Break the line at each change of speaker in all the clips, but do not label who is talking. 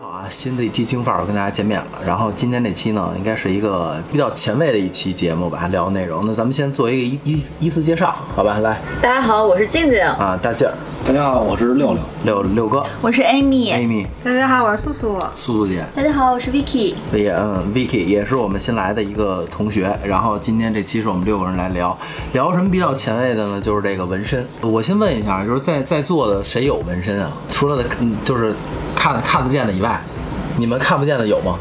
好啊，新的一期京范儿跟大家见面了。然后今天这期呢，应该是一个比较前卫的一期节目吧，聊内容。那咱们先做一个依依依次介绍，好吧？来
大家好，我是静静。
啊，大劲儿，
大家好，我是六
六
六。
六哥
我是 Amy，
，Amy，
大家好，我是素素。
苏苏姐，
大家好，我是 Vicky。
也嗯，Vicky 也是我们新来的一个同学。然后今天这期是我们六个人来聊，聊什么比较前卫的呢？就是这个纹身。我先问一下，就是在在座的谁有纹身啊？除了的，嗯就是看看得见的以外，你们看不见的有吗？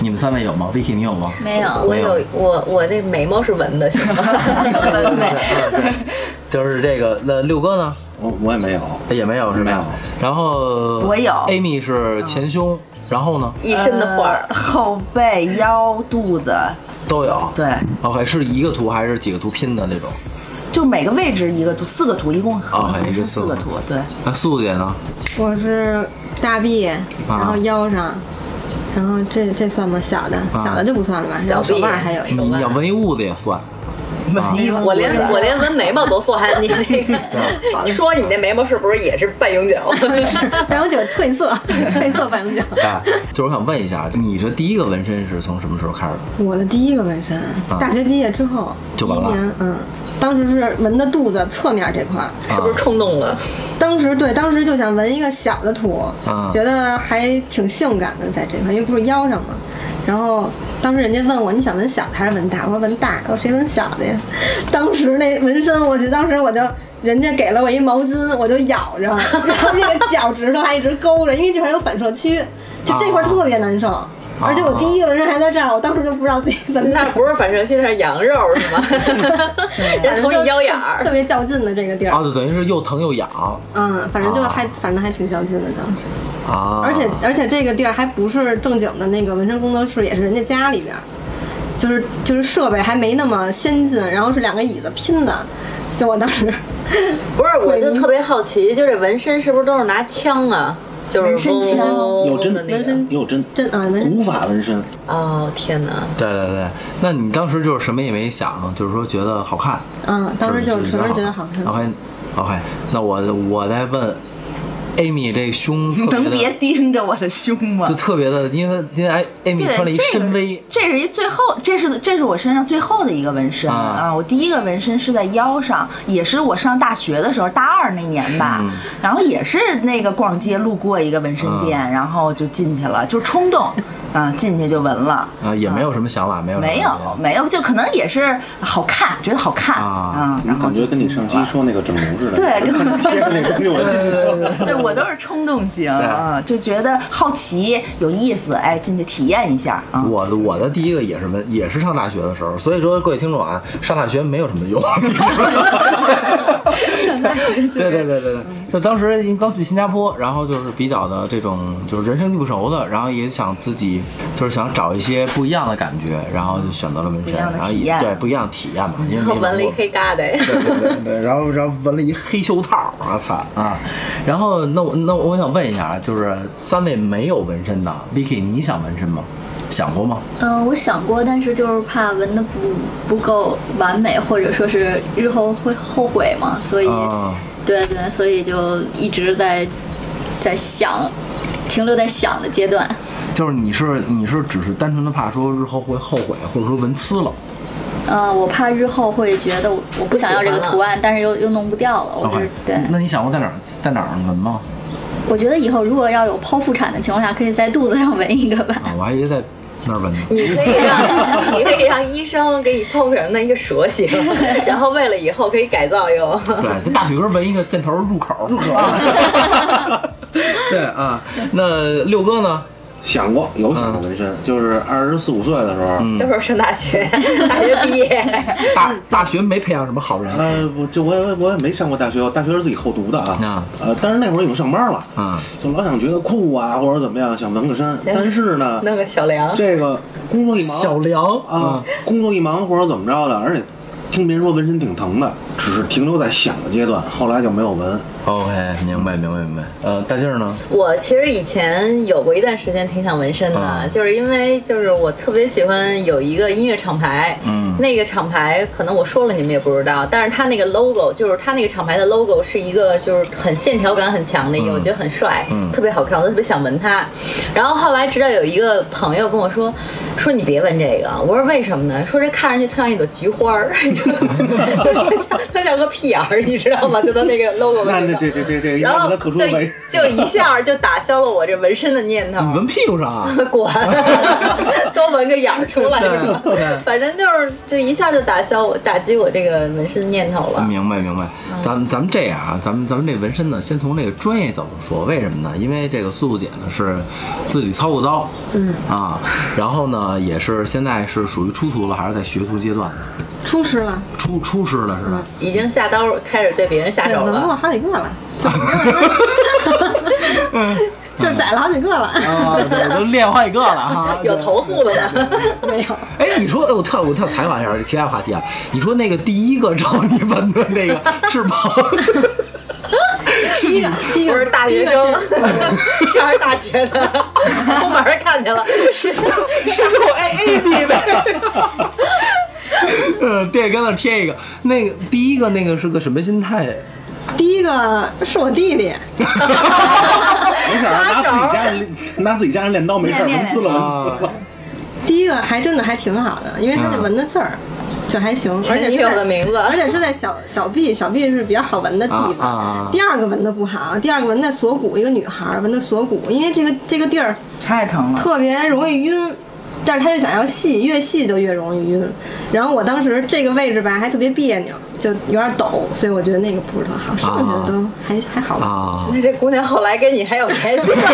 你们三位有吗？Vicky 你有吗？
没有，我
没有
有我我那眉毛是纹的，行吗？
纹眉
对， 就是这个。那六哥呢？
我哦我也没有，
也没有是
没有
吧？然后
我有
Amy 是前胸，然后呢
一身的花儿
呃，后背、腰、肚子，
都有。
对，
OK，是一个图还是几个图拼的那种？
就每个位置一个图，四个图，一共可
哦一
能
个
是
四
四
个
个图。对，
那素姐呢？
我是大臂，
啊
然后腰上，然后这这算吗？小的，
啊
小的就不算了吧。
小
然后手
臂
腕还有 一
你
个，
你要纹一痦子也算。啊
没有
我连我连纹眉毛都算。你那个说你那眉毛是不是也是半永久？
半永久褪色， 褪色半永久。
哎，就是我想问一下，你这第一个纹身是从什么时候开始的？
我的第一个纹身，大学毕业之后，
啊就
第
完
一
了
年，嗯，当时是纹的肚子侧面这块儿，
是不是冲动了？
当时对，当时就想纹一个小的图，
啊
觉得还挺性感的，在这块，因为不是腰上嘛。然后当时人家问我你想纹小的还是纹大，我说纹大，我说谁纹小的呀？当时那纹身，我去，当时我就人家给了我一毛巾，我就咬 着，然后这个脚趾头还一直勾着，因为这块有反射区，就这块特别难受。
啊
而且我第一个纹身还在这儿，我当时就不知道自己怎么想
那，不是反射区，那是羊肉是吗？人头一腰眼儿哦
特。别较劲的这个地儿
啊，。就等于是又疼又痒
嗯，反正就还
啊
反正还挺较劲的当时。
啊。
而
哦
且而且这个地儿还不是正经的那个纹身工作室，也是人家家里边儿，就是就是设备还没那么先进，然后是两个椅子拼的，就我当时
不是，我就特别好奇，就这纹身是不是都是拿枪啊？就是
纹身枪
嗡嗡嗡嗡
有针
哦的那
纹
个
身。
也有真
真啊纹身
无法纹身，
哦天哪！
对对对，那你当时就是什么也没想，就是说觉得好看。
嗯，当时就是
是
纯是觉得好看。
OK OK，那我我再问，Amy 这胸特
能
别
别
的，
盯着我的胸吗
就？特别的，因为她今天 Amy
对，
穿了一
这个
深
是
V，
这是一最后，这是这是我身上最后的一个纹身
啊
啊！我第一个纹身是在腰上，也是我上大学的时候，大二那年吧，
嗯
然后也是那个逛街路过一个纹身店，
嗯
然后就进去了，就冲动，啊，进去就纹了。
啊，也没有什么想法，没有什么
没有，没有，就可能也是好看，觉得好看
啊
啊，
怎
然
么
后
感觉
就
跟你上期说那个整容似的？
对 跟我
贴的那东西我记得了。
对我都是冲动型
对
啊，就觉得好奇有意思，哎，进去体验一下啊。
我的我的第一个也是文，也是上大学的时候，所以说各位听众啊，上大学没有什么用。
上大学就
对对对对对，就当时因为刚去新加坡，然后就是比较的这种就是人生地不熟的，然后也想自己就是想找一些不一样的感觉，然后就选择了纹身，
不一样的
然后
体
也
验
对不一样的体验嘛，因为
然
没
后纹了一
过
黑疙瘩。
对对对对，然后然后纹了一黑袖套，我操啊！然后那我那我想问一下啊，就是三位没有纹身的，Vicky，你想纹身吗？想过吗？
嗯、我想过，但是就是怕纹的不不够完美，或者说是日后会后悔嘛，所以，
啊
对对，所以就一直在在想，停留在想的阶段。
就是你是你是只是单纯的怕说日后会后悔，或者说纹刺了。
嗯、我怕日后会觉得我我不想要这个图案，但是又又弄不掉了。我就是
OK，
对，
那你想过在哪儿在哪儿纹吗？
我觉得以后如果要有剖腹产的情况下，可以在肚子上纹一个吧。
啊，我还以为在那儿纹呢。
你可以让你可以让医生给你剖腹产弄一个蛇形，然后为了以后可以改造用。
对，这大腿根儿纹一个箭头入口。入口。 对啊，那六哥呢？
想过有想过纹身，就是二十四五岁的时候，
都是上大学，大学毕业，
大大学没培养什么好人。
呃，我就我也我也没上过大学，我大学是自己后读的
啊
啊。呃，但是那会儿已经上班了，
啊，
就老想觉得酷啊，或者怎么样，想纹个身。但是呢，
弄个小梁。
这个工作一忙，
小梁
啊
嗯
啊，，工作一忙或者怎么着的，而且听别人说纹身挺疼的，只是停留在想的阶段，后来就没有纹。
啊 OK，明白明白明白。呃，大静儿呢？
我其实以前有过一段时间挺想纹身的，
嗯
就是因为就是我特别喜欢有一个音乐厂牌，
嗯
那个厂牌可能我说了你们也不知道，但是它那个 logo 就是它那个厂牌的 logo 是一个就是很线条感很强的一个，我觉得很帅，
嗯
特别好看，我特别想纹它。然后后来直到有一个朋友跟我说，说你别纹这个，我说为什么呢？说这看上去特像一朵菊花儿， 它像个屁眼儿，你知道吗？就它那个 logo
那
纹
这
上
这这这这，
然
要
后
不他可出
对
纹。
就一下就打消了我这纹身的念头。
你纹屁股 上啊？
滚， 多纹个眼儿出来是吧
对对？
反正就是这一下就打消我打击我这个纹身念头了。
明白明白，咱们咱们这样啊，咱们咱们这纹身呢，先从这个专业角度说，为什么呢？因为这个素姐呢是自己操过刀，嗯啊，然后呢也是现在是属于初徒了，还是在学徒阶段呢？
出师了，
初初师了是吧？
已经下刀开始对别人下
对，
手
纹了
了，
好几 个了，就是没有人
嗯
就是宰了好几个了。
啊，我都练坏一个了哈
有投诉的吗？
哎，你说，哎，我特我特采访一下，题外话题啊，你说那个第一个找你纹的那个是吗？
第一个，第一个
不是大学
第一
生
个是，
上着大学的，出门儿看见了，是哎
是给我 A A 你呗。 呃，电杆那贴一个，那个第一个那个是个什么心态？
第一个是我弟弟，
没事儿，啊拿自己家人拿自己家人练刀没事儿，纹刺了纹刺了。
第一个还真的还挺好的，因为他那纹的字儿就还行，而且
前女
是
友
在
的名字，
而且是在小小臂，小臂是比较好闻的地方。
啊啊啊
第二个闻的不好，第二个闻在锁骨，一个女孩儿闻的锁骨，因为这个这个地儿
太疼了。
特别容易晕，但是他就想要细，越细就越容易晕。然后我当时这个位置吧，还特别别扭，就有点抖，所以我觉得那个不是特好，剩下的都还、还好吧。
啊，
那这姑娘后来跟你还有联系吗？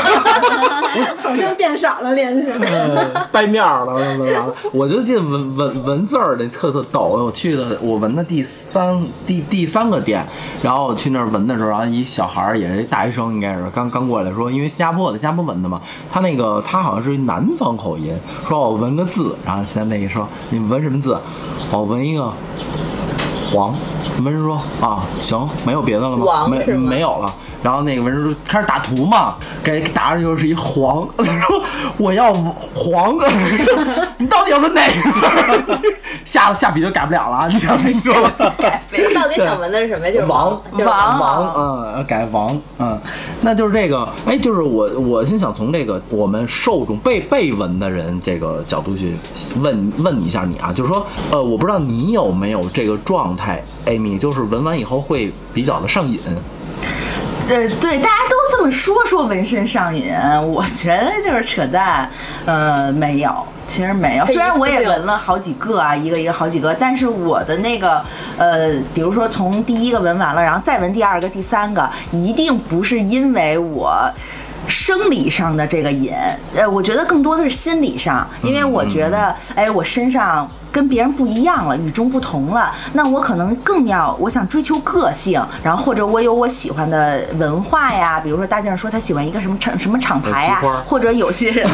好像变少了联系，
呃 掰面儿了，完了完了。我就记得文文文字儿那特特逗，我去的我纹的第三第第三个店，然后我去那儿纹的时候，然后一小孩儿也是一大学生，应该是刚刚过来说，因为新加坡我在新加坡纹的嘛，他那个他好像是南方口音，说我纹个字，然后现在那个说你纹什么字？我纹一个黄。纹身说啊，行，没有别的了吗？
王
没
是吗
没有了。然后那个纹身说开始打图嘛，给打上就是一黄，他说我要黄， 你到底要纹哪个字儿？下下笔就改不了了啊，你 想你说吧。
到底想纹的是什么？就是
王
就是
王
王，嗯，改王，嗯，那就是这个，哎，就是我，我先想从这个我们受众被被纹的人这个角度去问问一下你啊，就是说，呃，我不知道你有没有这个状态，Amy，就是纹完以后会比较的上瘾，
呃，对，大家都这么说说纹身上瘾，我觉得就是扯淡。呃，没有，其实没有。
这一
虽然我
次
也
性
纹了好几个啊，一个一个好几个，但是我的那个呃，比如说从第一个纹完了，然后再纹第二个、第三个，一定不是因为我。生理上的这个瘾，呃，我觉得更多的是心理上，因为我觉得，哎，我身上跟别人不一样了，与众不同了，那我可能更要，我想追求个性，然后或者我有我喜欢的文化呀，比如说大静说她喜欢一个什么厂什么厂牌呀
菊花，
或者有些人，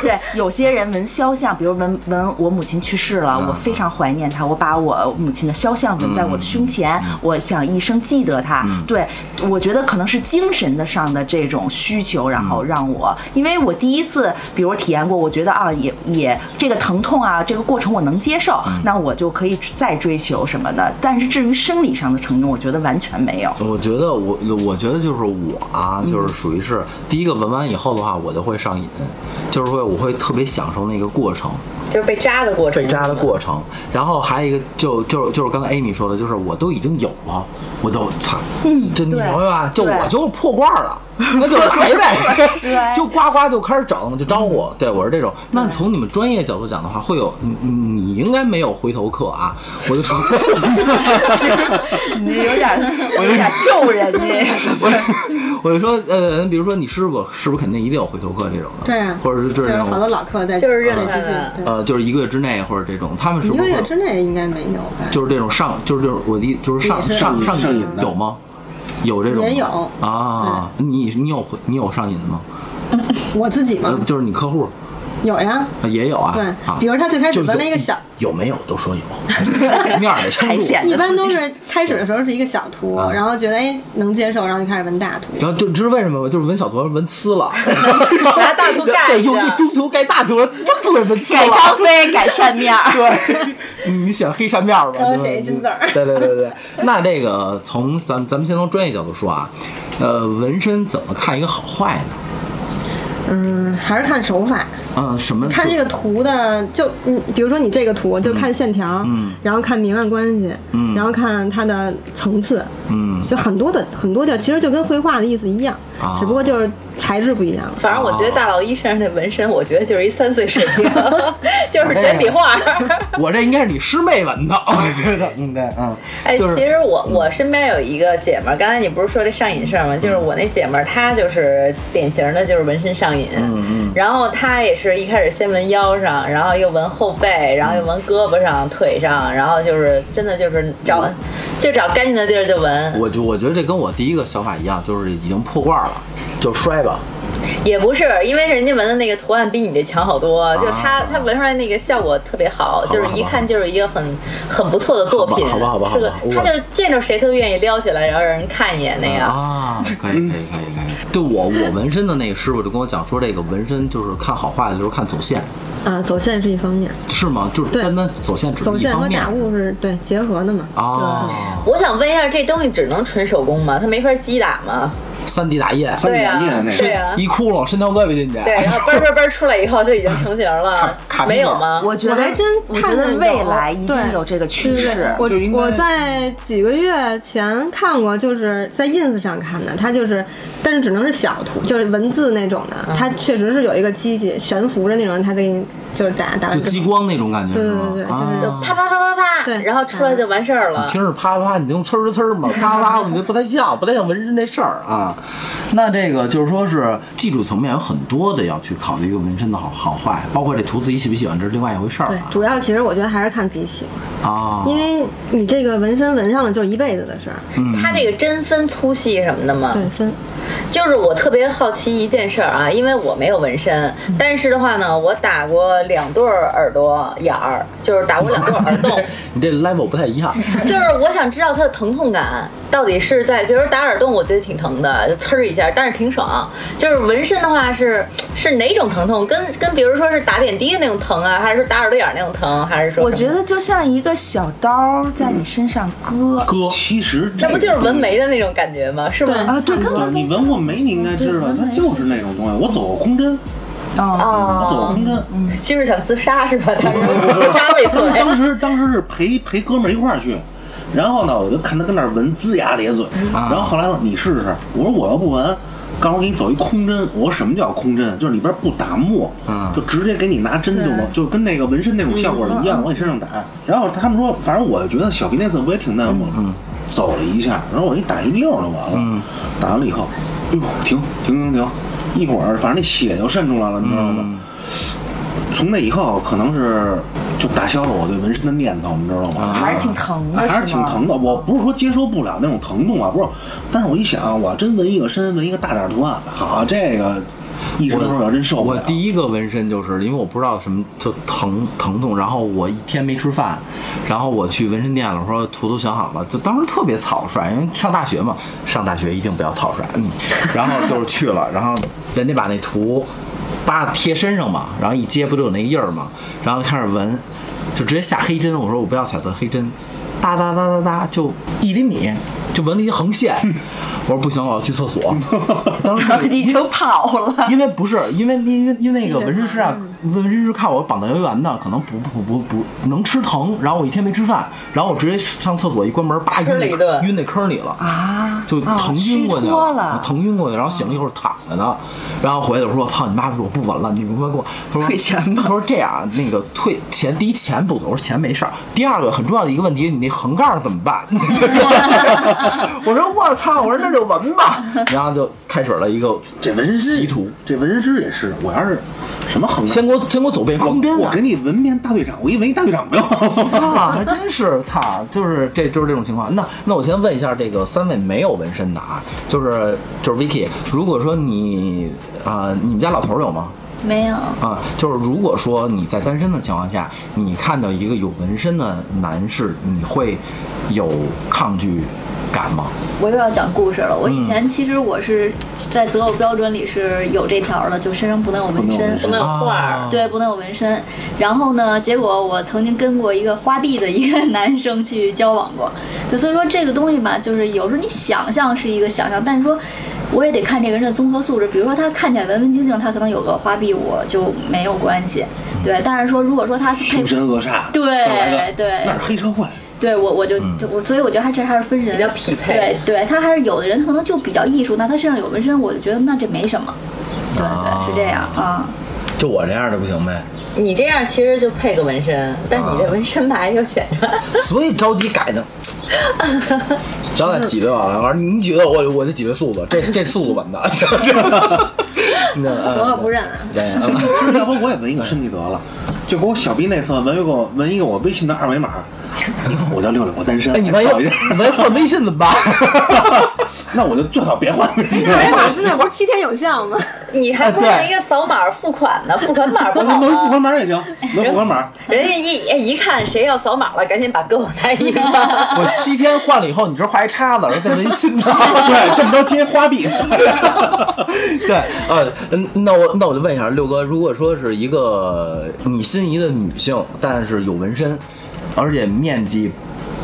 对，有些人纹肖像，比如纹纹我母亲去世了，我非常怀念她，我把我母亲的肖像纹在我的胸前，我想一生记得她。对，我觉得可能是精神的上的这种需求，然后让我，因为我第一次，比如体验过，我觉得啊，也也这个疼痛啊，这个过程我能接受，那我就可以再追求什么的。但是至于生理上的成瘾，我觉得完全没有。
我觉得我我觉得就是我啊，
嗯
就是属于是第一个纹完以后的话，我就会上瘾，就是会我会特别享受那个过程，
就是被扎的过程，
被扎的过程。然后还有一个就就就是刚才 Amy 说的，就是我都已经有了，我都操，就你
对
明白吧？啊就
嗯对
我就破罐 儿了，那就来呗，
对嗯
就呱呱就开始整，就招呼。对我是这种。那从你们专业角度讲的话，会有你你你应该没有回头客啊，我就说。
你有点有点咒人家。
我我就说，呃，比如说你师傅是不是肯定一定有回头客这种的？
对啊，
或者是
就
这
是
种
好多老客在
就是认
在
他
啊继续
的
对
呃，就是一个月之内或者这种，他们是
一
不是
个
会
月
有
之内应该没有吧？
就是这种上，就是这种我的意就是上
也是
上
上瘾
上瘾
的
有吗？有这种吗
也有
啊？你你有你有上瘾的吗？呃
我自己嘛
呃，就是你客户
有呀，
啊也有啊，
嗯对
啊
比如他最开始
就
纹了
有
一个小
有没有都说有， 面儿也撑
还
住，
显
一般都是开始的时候是一个小图，
啊
然后觉得哎能接受，然后就开始纹大图。
然后就知道为什么吗？就是纹小图纹呲 了，
拿大图盖
对，
一
用
下
中途盖大图，中途给纹呲
改
了。
张飞改扇面儿，
对，你你写黑扇面儿吧，
然后
对吧
写一金字儿
对对对对， 那这个从咱咱们先从专业角度说啊，呃，纹身怎么看一个好坏呢？
嗯，还是看手法，
嗯，什么？
看这个图的，就嗯，比如说你这个图，就看线条，
嗯
然后看明暗关系，
嗯
然后看它的层次，
嗯，
就很多的很多地儿，其实就跟绘画的意思一样，
啊
只不过就是材质不一样。
反正我觉得大老一身上那纹身，我觉得就是一三岁水 平，就是简笔画。
我这应该是你师妹纹的， 我觉得，嗯对，嗯，
哎，
就是
其实我我身边有一个姐们儿，刚才你不是说这上瘾事儿吗？就是我那姐们儿，她就是典型的就是纹身上瘾。嗯嗯。然后她也是一开始先纹腰上，然后又纹后背，然后又纹胳膊上、腿上，然后就是真的就是找就找干净的地儿就纹，
我就我觉得这跟我第一个想法一样，就是已经破罐了，就摔吧。
也不是因为人家纹的那个图案比你这强好多，就她她纹出来那个效果特别好，
啊吧
就是一看就是一个很很不错的作品。
好吧好吧好吧好吧
是个，她就见着谁都愿意撩起来，然后让人看一眼
哎
那样。
啊，可以可以可以可以。对我 我纹身的那个师傅就跟我讲说，这个纹身就是看好坏的，就是看走线，
啊，走线是一方面，
是吗？就是
对
单单走线只
走
是一
线和
方面
打雾是对结合的嘛。
啊。
我想问一下，这东西只能纯手工吗？它没法击打吗？
三 D 打印，
三
对
点
呀、
印的那
对
个，
呀、
一窟窿伸条胳膊进去，
对，然后嘣嘣嘣出来以后就已经成型 了，
卡卡
没有吗？
我觉
我还
得
真
我觉
看
得
见
未
有
来一定
对
有这个趋势。
我
就应该
我在几个月前看过，就是在 ins 上看的，它就是，但是只能是小图，就是文字那种的，
嗯
它确实是有一个机器悬浮着那种，它给你就是打打
就
完之
激
后，
光那种感觉，
对
是吗
对对对
啊
就是
啪啪啪啪啪，
对
然后出来就完事儿了。
平时啪啪，你就呲儿呲儿嘛，啪啪，我觉得不太像，不太像纹身这事儿啊。那这个就是说是技术层面有很多的要去考虑一个纹身的好好坏，包括这图自己喜不喜欢，这是另外一回事儿
对，主要其实我觉得还是看自己喜欢，
啊。
哦
啊，
因为你这个纹身纹上了就是一辈子的事儿，
嗯
它这个针分粗细什么的吗？
对，分
就是我特别好奇一件事儿啊，因为我没有纹身，
嗯
但是的话呢，我打过两对儿耳朵眼儿，就是打过两对儿耳 洞，
你这 level 不太一 样，
就是我想知道它的疼痛感到底是在，比如说打耳洞，我觉得挺疼的，就呲儿一下，但是挺爽。就是纹身的话是是哪种疼痛？跟跟比如说是打点滴那种疼啊，还是说打耳朵眼儿那种疼，啊还是说
我
什
觉
么
得就像一个小刀在你身上割
哥，
其实这
那不就是
个
纹眉的那种感觉吗？是吗？
啊，对，根
对
本
你纹过眉，你应该知道，它就是那种东西。我走过空针，
嗯
啊，
我走过
哦，
空针。
就是想自杀是 吧？当时自杀未遂。
哦
当时当时是陪陪哥们儿一块儿去，然后呢，我就看他跟那儿纹，龇牙咧嘴。然后后来说你试试，我说我要不纹，告诉我给你走一空针。我说什么叫空针？就是里边不打墨，
嗯
就直接给你拿针就往，就跟那个纹身那种效果一样，往你身上打。然后他们说，反正我觉得小鼻那次我也挺那什么了，走了一下，然后我给你打一溜儿就完了。打完了以后，哎呦，停停停停，一会儿反正那血就渗出来了，你知道吗？从那以后，可能是就打消了我对纹身的念头，你知道
啊
嗯
吗？
还是挺疼的，
啊还是挺
吗
疼的，我不是说接受不了那种疼痛啊，不是。但是我一想，我真纹一个身，纹一个大点儿图案，好，这个一时多少真受不
我
了。
第一个纹身就是因为我不知道什么就疼疼痛，然后我一天没吃饭，然后我去纹身店了，我说图都想好了，就当时特别草率，因为上大学嘛，上大学一定不要草率，嗯，然后就是去了，然后人家把那图扒贴身上嘛，然后一揭不就有那印儿嘛，然后开始纹，就直接下黑针，我说我不要彩色黑针，哒哒哒哒哒，就一厘米就纹了一横线，我说不行，我要去厕 所，当时
你就跑 了。
因为不是，因为因为因为那个纹身师
嗯
啊，纹身师看我膀大腰圆的，可能不不不不能吃疼，然后我一天没吃饭，然后我直接上厕所一关门，叭晕
吃了
那
一顿
晕那坑里了
啊
就疼晕过去
虚脱了
疼晕过去，然后醒了一会儿躺着呢，然后回来我说我操你妈，我不纹了，你他妈给我，他说
退钱吧
他说这样那个退钱，第一钱不多，我说钱没事儿，第二个很重要的一个问题，你那横杠怎么办？ 我说我操，我说那就纹吧，然后就开始了一个
这纹身师
习图，
这纹身师也是，我要是什么横啊
先给我先给我走遍
我
空针
我
啊
给！你纹遍大队长，我一纹一大队长不 要。
啊，还真是，操，就是这就是这种情况。那那我先问一下，这个三位没有纹身的啊，就是就是 Vicky，如果说你啊、呃你们家老头儿有吗？
没有，
啊，就是如果说你在单身的情况下，你看到一个有纹身的男士，你会有抗拒感吗？
我又要讲故事了。我以前其实我是在择偶标准里是有这条的，就身上不能有纹
不能有
身
纹，
不
身
能有画
啊
儿，
对，不能有纹身。然后呢，结果我曾经跟过一个花臂的一个 男生去交往过，对，所以说这个东西吧，就是有时候你想象是一个想象，但是说。我也得看这个人的综合素质，比如说他看起来文文静静，他可能有个花臂，我就没有关系，
嗯
对。但是说如果说他配
凶神恶煞，
对
再来个
对
那是黑社会，
对我我就我、所以我觉得他这还是分人，
嗯比较匹配
对对，他还是有的人可能就比较艺术，那他身上有纹身，我就觉得那这没什么。对
啊
对，是这样啊。
就我这样的不行呗，
你这样其实就配个纹身，但你
啊
这纹身吧又显着，
所以着急改的。咱俩挤兑完了，反正你挤兑我，我就挤兑速度，这这速度完蛋。 呃
我可不认啊。
哎对，
要不我也纹一个身体得了，就给我小臂内侧纹一个纹一个我微信的二维码，我叫六六，我单身，
哎，你万一
扫一下，
万一换微信怎么办？
那我就最好别换微信。
二维码那不是七天有效 吗？
你还不如
啊对
用一个扫码付款呢，付款码不
我
好
能纹付
吗？
款码也行，纹付款码。
人家一哎一看谁要扫码了，赶紧把哥往那一放。
我七天换了以后，你这画一叉子，然后再纹新的。
啊 对，这么着接花臂，
对，呃，嗯那我那我就问一下六哥，如果说是一个你心仪的女性，但是有纹身，而且面积，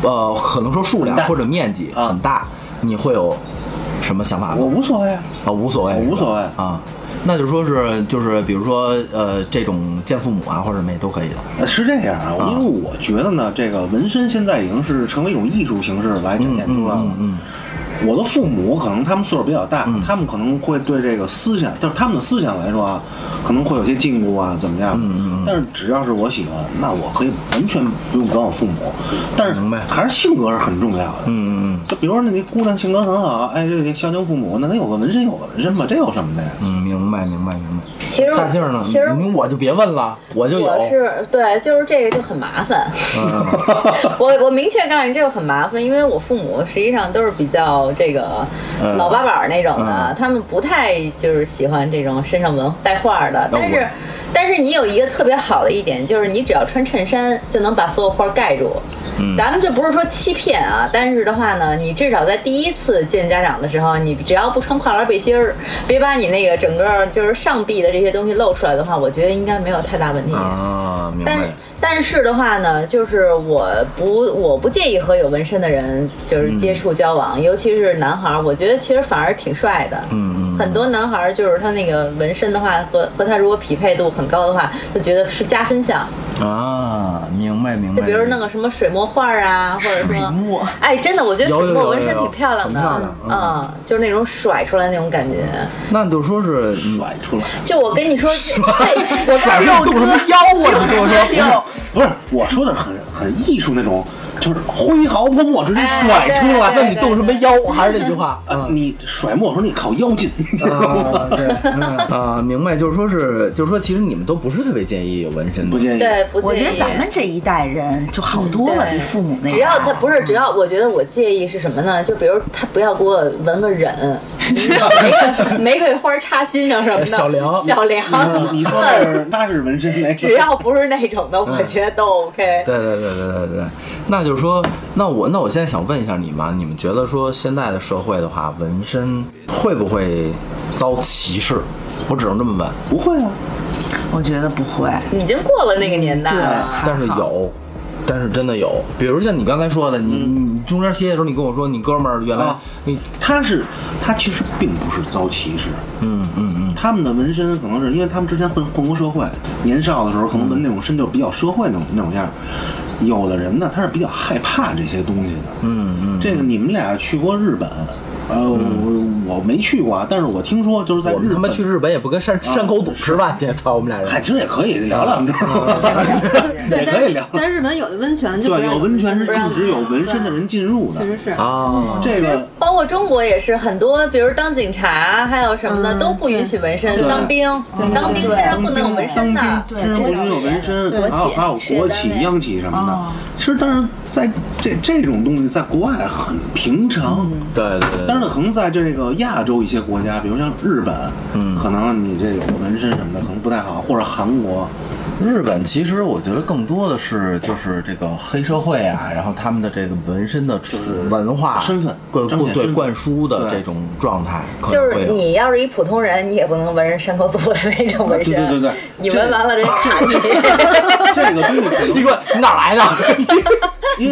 呃，可能说数量
很大
或者面积
啊
很大，你会有什么想法
我
吗？
无所谓啊。
啊，无所谓，
我无所谓
是吧啊。那就说是就是，比如说呃，这种见父母啊或者什么也都可以的。
呃是这样啊，因为我觉得呢，这个纹身现在已经是成为一种艺术形式来展现出来了。
嗯
我的父母可能他们岁数比较大，他们可能会对这个思想，就是他们的思想来说啊，可能会有些禁锢啊，怎么样？
嗯
但是只要是我喜欢，那我可以完全不用管我父母。但是
明白
还是性格是很重要的。
嗯嗯
就比如说，那你姑娘性格很好，哎，这个孝敬父母，那她有个纹身有个纹身吧，这有什么的呀？
嗯，明白明白明白。
其实我
大劲儿呢？
其实
你我就别问了，我就有。啊
我是对，就是这个就很麻烦。 我我明确告诉你，这个很麻烦，因为我父母实际上都是比较这个
嗯
老八板儿那种的，
嗯
他们不太就是喜欢这种身上纹带画儿的。
那我
但是但是你有一个特别好的一点，就是你只要穿衬衫就能把所有花儿盖住。咱们这不是说欺骗啊，但是的话呢，你至少在第一次见家长的时候，你只要不穿跨栏背心儿，别把你那个整个就是上臂的这些东西露出来的话，我觉得应该没有太大问题。
啊，明
但
白。
但是的话呢，就是我不我不介意和有纹身的人就是接触交往，尤其是男孩儿，我觉得其实反而挺帅的。
嗯嗯
很多男孩儿就是他那个纹身的话，和和他如果匹配度很高的话，就觉得是加分项。
啊，明白明白。
就比如弄个什么水墨画儿啊，或者
水
说
墨，
哎，真的，我觉得
有有
水墨
有
纹身
有
挺漂亮的，
很漂亮嗯
嗯，就是那种甩出来那种感觉。
那就说是
甩出来。
就我跟你说，这这我
甩肉动什么腰啊？你跟我说，
不是，我说的是很很艺术那种，就是挥毫泼墨直接甩出来。
哎
那你动什么腰？还是那句话
啊，你甩墨的时候你靠腰劲，
啊，对 啊，明白，就是说是，就是说，其实你们都不是特别建议有纹身的
不建议。
对不介意。
我觉得咱们这一代人就好多了，
嗯对
比父母那一代
只要他不是，只要我觉得我介意是什么呢？就比如他不要给我纹个忍， 没个玫瑰花插心上什么的，
小梁
小梁，
你说那是那是纹身那
只要不是那种的，我觉得都
嗯
OK。
对对对对对对，那就是说，那我那我现在想问一下你们啊，你们觉得说现在的社会的话，纹身会不会遭歧视？我只能这么问，
不会啊，
我觉得不会。
已经过了那个年代了，
但是有，但是真的有，比如像你刚才说的，你你中间歇的时候，你跟我说你哥们儿原来
啊
你
他是他其实并不是遭歧视，
嗯嗯嗯
他们的纹身可能是因为他们之前混混过社会，年少的时候可能纹那种身就比较社会那种那种样儿。有的人呢，他是比较害怕这些东西的。
嗯嗯，
这个你们俩去过日本？呃，我我没去过啊，但是我听说就是在
我们
日
他妈
本
去日本也不跟山山口组吃饭去，操我们俩
嗨，
人。
其实也可以聊聊，你知 道吗？也哎可以聊。
但日本有的温泉就不
对，
让
有温泉是
不让
禁止有纹身的人进入
确
的
实，是。
啊，
这个
包括中国也是很多，比如当警察还有什么的、
嗯
都不允许纹身，
对
当兵
对
当兵
对
身啊上不能有纹身的。
当兵身上不能有纹身，
对
还有
国旗
还有国
是
旗、
单位
央旗什么
哦
的。其实，但是在这这种东西在国外很平常。
对对对，
但是呢，可能在这个亚洲一些国家，比如像日本，
嗯
可能你这有纹身什么的，可能不太好，或者韩国，
日本其实我觉得更多的是就是这个黑社会啊，然后他们的这个纹身的文化、
身份
灌
彰显
对
身份
灌输的
对
这种状态，可
就
能
是
会有
你要是一普通人，你也不能纹上山口组的那种纹身。
啊对对对对
你纹完了人打你。
这个东西可能
你滚，你哪来的？
因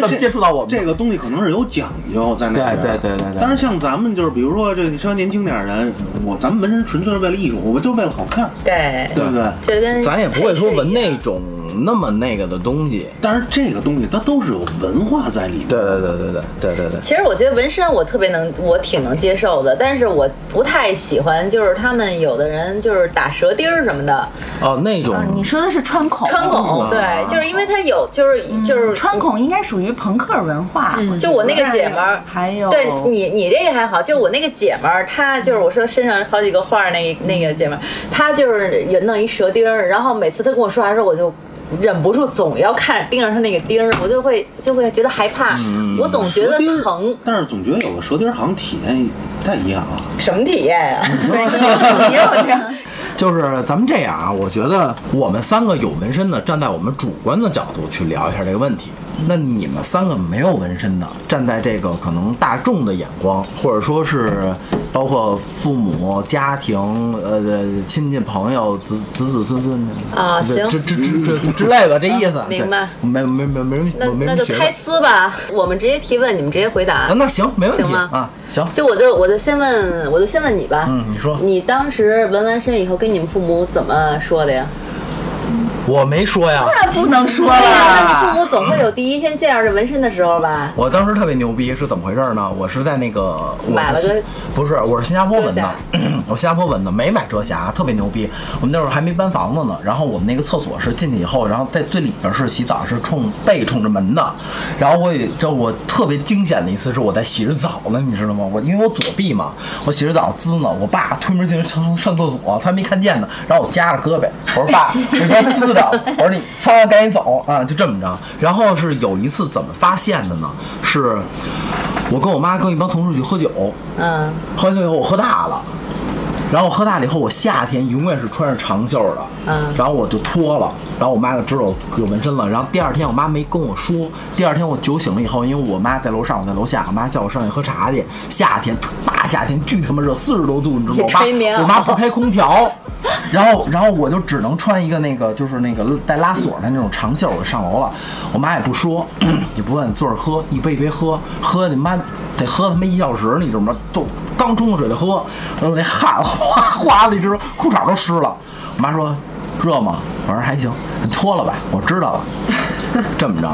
你
为
怎么
这
接触到我们
这个东西可能是有讲究在那边。
对对对对对
但是像咱们就是，比如说这稍微年轻点儿人，我咱们纹身纯粹是为了艺术，我就为了好看，
对，
对不对？
就跟
咱也不会说纹那种那么那个的东西。
但是这个东西它都是有文化在里面。
对对对对对对对对。
其实我觉得纹身我特别能，我挺能接受的，但是我不太喜欢，就是他们有的人就是打舌钉儿什么的，
哦，那种
啊，你说的是穿
嗯
孔，
穿孔，对，就是因为他有，就是就是嗯
穿孔应该属于朋克文化，
就我那个姐们儿，
嗯还有
对你你这个还好，就我那个姐们儿，她就是我说身上好几个画儿那那个姐们儿，她就是也弄一舌钉儿，然后每次她跟我说话的时候，我就。忍不住总要看盯着她那个钉儿，我就会就会觉得害怕，
嗯
我总觉得
舌钉儿
疼，
但是总觉得有个舌钉儿好像体验不太一样啊。
什么体验呀、
你有点
就是咱们这样啊，我觉得我们三个有纹身的，站在我们主观的角度去聊一下这个问题。那你们三个没有纹身的，站在这个可能大众的眼光，或者说是包括父母、家庭、呃亲戚、朋友、子子子孙孙
啊
这
行
之之之之之类吧，这意思。
明白
对？没没没没人
那
我没
那
人
就
学
开撕吧，我们直接提问，你们直接回答
啊，。那行，没问题
行吗
啊，行。
就我就我就先问，我就先问你吧。
嗯你说
你当时纹完身以后跟你们父母怎么说的呀？
我没说呀，
不能说
对呀，那你
了。
父母总会有第一天见着这纹身的时候吧？
我当时特别牛逼，是怎么回事呢？我是在那个我是
买了个
不是，我是新加坡纹的
遮瑕，
我新加坡纹的，没买遮瑕，特别牛逼。我们那会儿还没搬房子呢，然后我们那个厕所是进去以后，然后在最里边是洗澡，是冲背冲着门的。然后我也这我特别惊险的一次是我在洗着澡呢，你知道吗？我因为我左臂嘛，我洗着澡滋呢，我爸推门进来上上厕所，他没看见呢，然后我夹着胳膊，我说 爸，你别滋着，我说你擦完赶紧走啊，就这么着。然后是有一次怎么发现的呢？是我跟我妈跟一帮同事去喝酒。
嗯，
喝酒以后我喝大了，然后我喝大了以后，我夏天永远是穿着长袖的，
嗯
然后我就脱了，然后我妈就知道我有纹身了，然后第二天我妈没跟我说，第二天我酒醒了以后，因为我妈在楼上，我在楼下，我妈叫我上去喝茶去，夏天大夏天巨他妈热，四十多度，你知道吗？我
吹棉
妈
袄
我妈不开空调，然后然后我就只能穿一个那个就是那个带拉锁的那种长袖，我上楼了，我妈也不说， 也不问，坐着喝，一杯一杯喝，喝你妈得喝他妈一小时，你知道吗？都刚冲了水就喝，然后那汗哗哗的，一直裤衩都湿了。我妈说热吗？我说还行，你脱了吧，我知道了，这么着，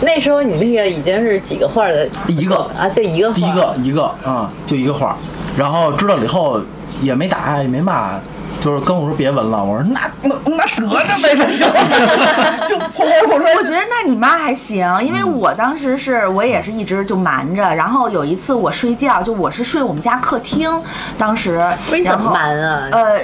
那时候你那个已经是几个画的
一个
啊，就一个画
第一个一个啊、嗯就一个画儿，然后知道了以后也没打也没骂，就是跟我说别纹了，我说那那那得着呗，那就就破罐破摔
我觉得那你妈还行，因为
嗯
我当时是我也是一直就瞒着，然后有一次我睡觉，就我是睡我们家客厅，当时
不是你
然
怎
后
么瞒啊？
呃，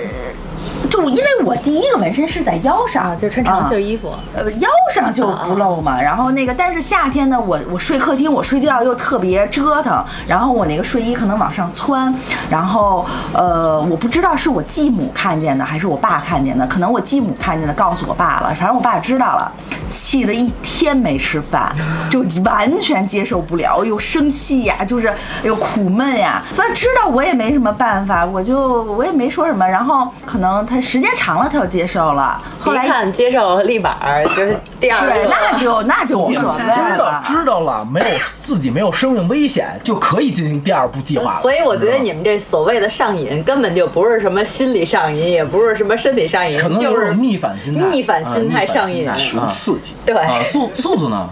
就因为我第一个纹身是在腰上，
啊，就穿长袖
啊
衣服。
呃，腰上就不露嘛。然后那个，但是夏天呢，我我睡客厅，我睡觉又特别折腾，然后我那个睡衣可能往上窜，然后呃，我不知道是我继母看见的还是我爸看见的，可能我继母看见的告诉我爸了，反正我爸知道了，气得一天没吃饭，就完全接受不了，又生气呀，就是又苦闷呀。那知道我也没什么办法，我就我也没说什么，然后可能他时间长了，他就接受了，后来
一看接受立板儿就是第二
对，
个，
那 就那就无所谓
知道
了。啊
知道了，没有自己没有生命危险，就可以进行第二步计划了。嗯
所以我觉得你们这所谓的上瘾，根本就不是什么心理上瘾，也不是什么身体上瘾
可，能
就
有
是
种逆反心态，
逆反心态上瘾
啊逆反心
求
态
刺激，
对，
啊，素素素呢？
啊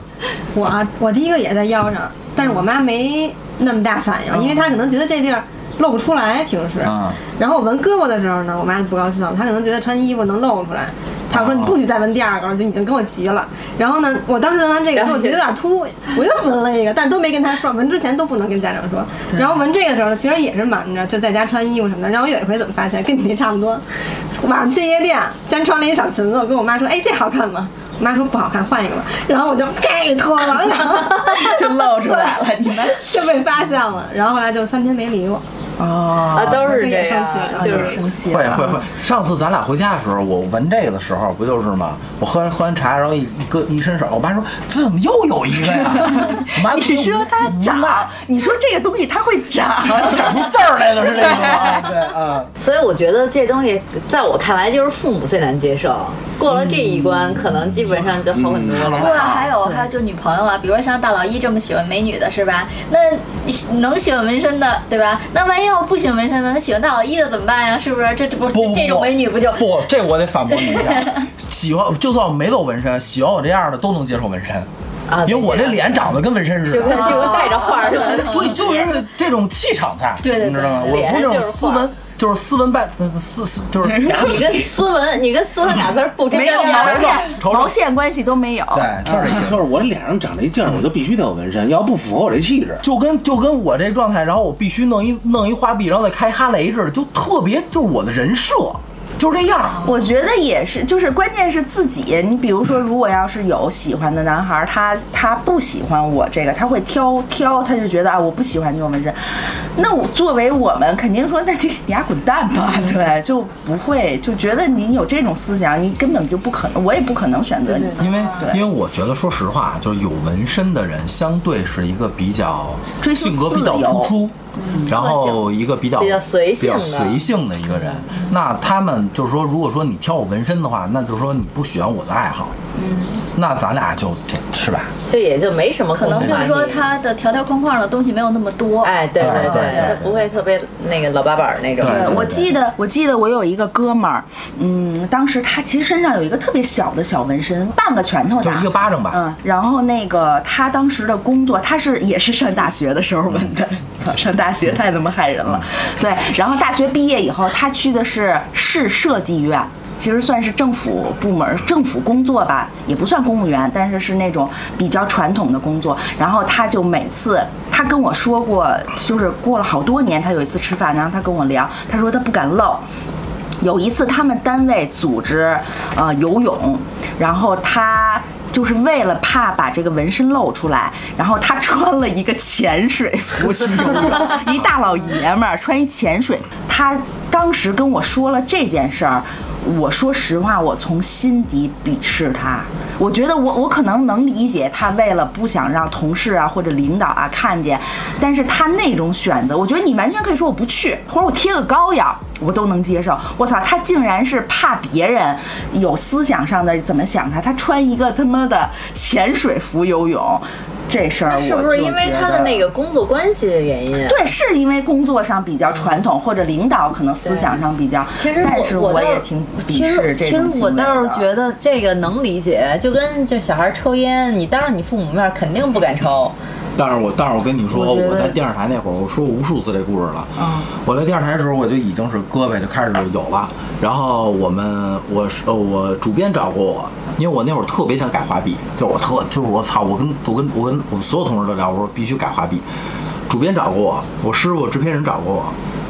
我我第一个也在腰上，但是我妈没那么大反应，因为她可能觉得这地儿露不出来平时。
嗯
然后我纹胳膊的时候呢，我妈就不高兴了，她可能觉得穿衣服能露出来，她就说
哦
你不许再纹第二个了，就已经跟我急了。然后呢，我当时纹完这个之后，我觉得有点 秃，我又纹了一个，但是都没跟她说，纹之前都不能跟家长说。然后纹这个的时候呢，其实也是瞒着，就在家穿衣服什么的。然后我有一回怎么发现，跟你那差不多，晚上去夜店，先穿了一小裙子，我跟我妈说，哎，这好看吗？我妈说不好看，换一个吧。然后我就啪给脱了，然后
就露出来了，你们
就被发现了。然后后来就三天没理我。
哦
啊，都是
这
这
也
样
生气
啊
了，
就
也啊
是
生气
会
了，
会会，上次咱俩回家的时候，我闻这个的时候，不就是吗？我喝完喝完茶，然后一一搁一伸手，我妈说：“这怎么又有一个呀？”我 妈嗯
你说它长，你说这个东西它会长，
长出字儿来了是这个吗？对啊，
所以我觉得这东西在我看来就是父母最难接受，过了这一关，可能基本上就好很多
不过
了。
啊还有还有就是女朋友啊，比如说像大老一这么喜欢美女的是吧？那能喜欢纹身的对吧？那万一要不喜欢纹身的，他喜欢大老一的怎么办呀？是不是？这这不
不不
这种美女不就
啊不？这我得反驳你一下，喜欢就算我没露纹身，喜欢我这样的都能接受纹身，
啊，
因为嗯我这脸长得跟纹身似
就跟
的。
就跟带着画儿 似的。
所以就是这种气场在，
对对对
你知道吗？我
脸
不
上
是那
就是
种斯
画
文，就是斯文败，呃斯斯就是
你跟斯文，你跟斯文俩字儿不沾
没有
边
毛
儿
线，
瞅瞅
毛线关系都没有。
对，就是这意思
就是我脸上长这劲儿，我就必须得有纹身，要不符合我这气质。
就跟就跟我这状态，然后我必须弄一弄一花臂，然后再开哈雷似的，就特别就是我的人设就是这样。
我觉得也是，就是关键是自己。你比如说，如果要是有喜欢的男孩儿，他他不喜欢我这个，他会挑挑，他就觉得啊，我不喜欢这种纹身。那我作为我们，肯定说，那就你丫滚蛋吧，对，就不会就觉得你有这种思想，你根本就不可能，我也不可能选择你。
因为
对
因为我觉得说实话，就是有纹身的人相对是一个比较
追求
性格比较
自由嗯
突出，然后一个比较
比较随性的
比较随性的一个人。那他们就是说，如果说你挑我纹身的话，那就是说你不喜欢我的爱好，
嗯
那咱俩就就是吧，
就也就没什么
可
共同
能
话题，
就是说他的条条框框的东西没有那么多。
哎，对
对
对
对对
他不会特别那个老八板儿那种。
对
对，我记得，我记得我有一个哥们儿，嗯，当时他其实身上有一个特别小的小纹身，半个拳头大，
就是一个巴掌吧。
嗯，然后那个他当时的工作，他是也是上大学的时候纹的， 操上大学太他妈害人了。对，然后大学毕业以后，他去的是市设计院，其实算是政府部门、政府工作吧，也不算公务员，但是是那种比较传统的工作。然后他就每次，他跟我说过，就是过了好多年，他有一次吃饭，然后他跟我聊，他说他不敢露。有一次他们单位组织呃游泳，然后他。就是为了怕把这个纹身露出来，然后他穿了一个潜水服 去游泳，一大老爷们儿穿一潜水。他当时跟我说了这件事儿，我说实话，我从心底鄙视他。我觉得我我可能能理解他为了不想让同事啊或者领导啊看见，但是他那种选择，我觉得你完全可以说我不去，或者我贴个膏药，我都能接受。我操，他竟然是怕别人有思想上的怎么想他，他穿一个他妈的潜水服游泳，这事儿
那
我
是不是
就
因为
觉
他的
得
那个工作关系的原因啊？
对，是因为工作上比较传统，或者领导可能思想上比较。
其实
但是
我我倒
也挺
其
鄙视
实
这
其
种
实我
行为
倒是
的
觉得这个能理解，就跟就小孩抽烟，你当着你父母面儿肯定不敢抽，
但是我但是我跟你说，
我觉得
我在电视台那会儿，我说无数次这故事了。
嗯
我在电视台的时候，我就已经是胳膊就开始有了。然后我们我是呃我主编找过我，因为我那会儿特别想改花臂，就是我特就是我操，我跟我跟我跟我们所有同事都聊，我说必须改花臂。主编找过我，我师傅制片人找过我。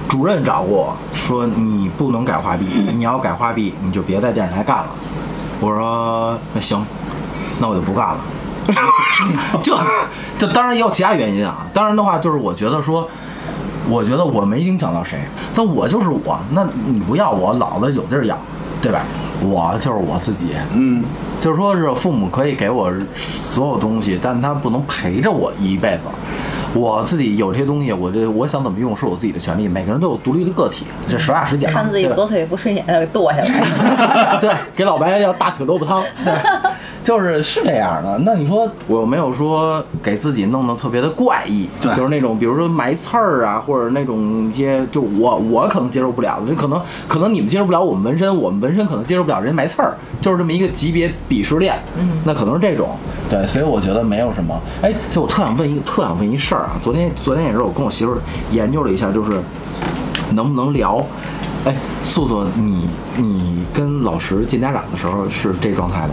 主任找过我说你不能改 花臂，你要改花臂你就别在电视台干了。我说那行，那我就不干了。 这这当然也有其他原因啊。当然的话，就是我觉得说，我觉得我没影响到谁，但我就是我，那你不要我，老子有地儿养，对吧？我就是我自己，
嗯，
就是说是父母可以给我所有东西，但他不能陪着我一辈子。我自己有这些东西，我这我想怎么用是我自己的权利，每个人都有独立的个体，这实话实讲。
嗯
看自己
对吧
呃左 腿不顺眼，他给剁下来。
对，给老白要大腿萝卜汤。对， 就是是这样的。那你说我又没有说给自己弄得特别的怪异，
对
就是那种比如说埋刺儿啊，或者那种一些就我我可能接受不了的，就可能可能你们接受不了我们纹身，我们纹身可能接受不了人埋刺儿，就是这么一个级别鄙视链。嗯，那可能是这种。对，所以我觉得没有什么。哎，就我特想问一个特想问一事儿啊，昨天昨天也是我跟我媳妇儿研究了一下，就是能不能聊？哎，素素，你你跟老师见家长的时候是这状态吗？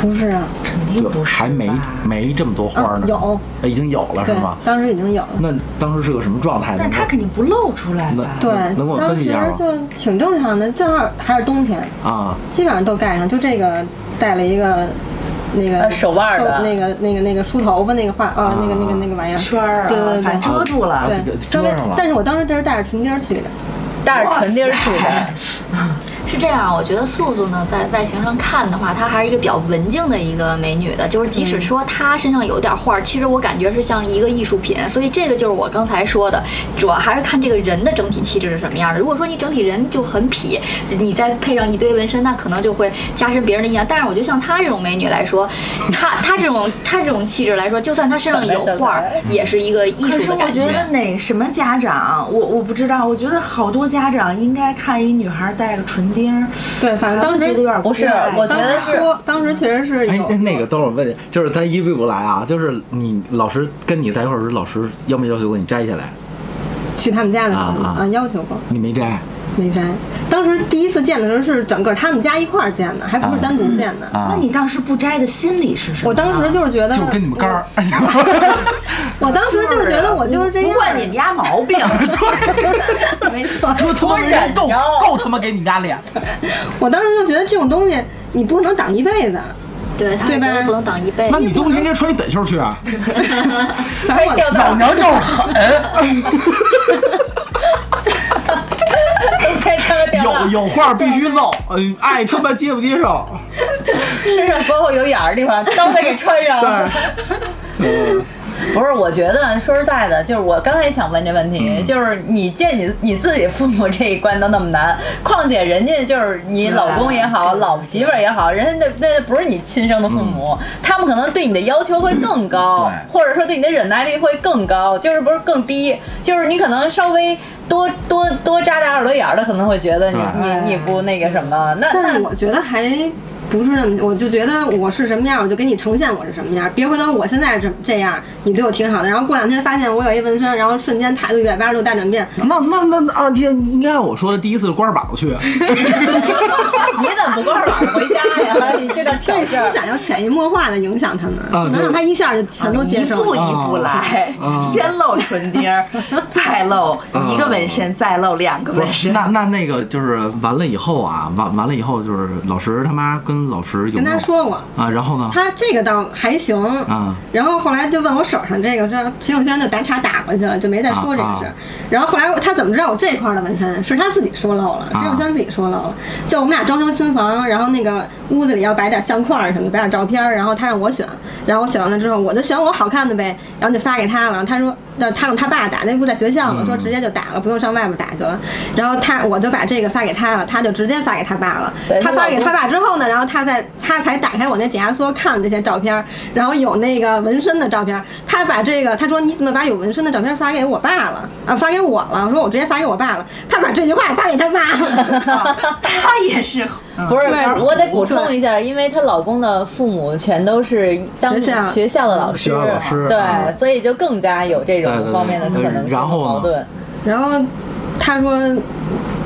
不是啊，
肯定
就
不是吧，
还没没这么多花儿呢，
嗯有
哎已经有了是
对
吗，？
当时已经有了。
那当时是个什么状态呢？
但是他肯定不露出来
那
吧？
对
能能给我，
当
分析一
时
下吗？
就挺正常的，正好还是冬天，
啊，
基本上都盖上，就这个戴了一个那个
呃手腕儿的
手那个那个那个梳头发那个画啊，那个那个那个玩意儿
圈儿啊，
对对对
反正遮住了。
啊这
对
个，
稍微
遮上了，
但是我当时就是带着唇钉儿去的，
带着唇钉儿去
哇
的
塞。
是这样，我觉得素素呢，在外形上看的话，她还是一个比较文静的一个美女的，就是即使说她身上有点画儿，其实我感觉是像一个艺术品，所以这个就是我刚才说的，主要还是看这个人的整体气质是什么样的。如果说你整体人就很痞，你再配上一堆纹身，那可能就会加深别人的印象。但是我觉得像她这种美女来说，她她这种她这种气质来说，就算她身上有画儿，也是一个艺
可是
术的
我
感
觉
觉。
得哪什么家长，我我不知道，我觉得好多家长应该看一女孩戴个唇钉儿，
对，反
还
正当
会觉得有
时
点
不是
怪
我觉
当
得
时
是
说，当时确实是
哎
有，
哎那个等会儿问你，就是咱一步一步来啊，就是你老师跟你在一块儿时，老师要没要求过你摘下来？
去他们家的时候
啊啊
啊要求过，
你没摘啊
没摘。当时第一次见的时候是整个他们家一块儿见的，还不是单独见的。
啊？
那你当时不摘的心理是什么？
我当时就是觉得，
就跟你们干儿，
我当时就是觉得我就是这样，
不惯你们家毛 病，
没错。
就他妈人够
着
够他妈给你们家脸。
我当时就觉得这种东西你不能挡一辈子，
对，她
对
真
吧
的不能挡一辈
那
子。
你冬天应该穿一短袖去啊？
反正我
哎掉到
娘就是狠，
变成个吊带，
有话必须露，嗯，爱他妈接不接受？
身
嗯
上所有有眼儿的地方都得给穿上。不是，我觉得说实在的，就是我刚才也想问这问
嗯
题，就是你见你你自己父母这一关都那么难，况且人家就是你老公也好，老婆媳妇儿也好，人家那那不是你亲生的父母，他们可能对你的要求会更高，
嗯对
或者说对你的忍耐力会更高，就是不是更低，就是你可能稍微多多多扎俩耳朵眼儿的，可能会觉得你
对
你你不那个什么，那
但是
那
我觉得还不是那么，我就觉得我是什么样，我就给你呈现我是什么样。别回头我现在是这这样，你对我挺好的，然后过两天发现我有一纹身，然后瞬间态度一百八十度大 转变。
那那那那二天应该按我说的第一次光着膀子去，啊
你怎么不光着膀子回家呀？ 你这叫挑
这
事
思
儿。
想要潜移默化的影响他们，
啊
不能让他一下就全都接
啊一
受
步
了。
一步来，
啊
先露唇钉 儿，再露一个纹身，再露两个纹身。
那那那个就是完了以后啊，完完了以后就是老师他妈跟老师有
跟
没有
他说过，
啊？然后呢？
他这个倒还行，
嗯
然后后来就问我手上这个事儿，秦永轩就打岔打过去了，就没再说这个事儿。
啊啊
然后后来我他怎么知道我这块儿的纹身？是他自己说漏了，
啊
秦永轩自己说漏了。就我们俩装修新房，然后那个屋子里要摆点相框儿什么的，摆点照片儿，然后他让我选，然后我选完了之后，我就选我好看的呗，然后就发给他了。然后他说，那他让他爸打，那不在学校
嗯
嘛，说直接就打了，不用上外面打去了。然后他我就把这个发给他了，他就直接发给他爸了
对。
他
他
发
老
给
公
他爸。爸之后呢，然后他再他才打开我那解压缩看了这些照片儿，然后有那个纹身的照片儿，他把这个他说你怎么把有纹身的照片发给我爸了啊？发给我了，我说我直接发给我爸了，他把这句话发给他爸了。
他也是，嗯
不是
对，
我得补充一下，因为她老公的父母全都是当
学校
学校的老师，
学校老师
对，
嗯
所以就更加有这种方面的可能
对对对
性
然
和
后呢嗯
矛盾。
然后他说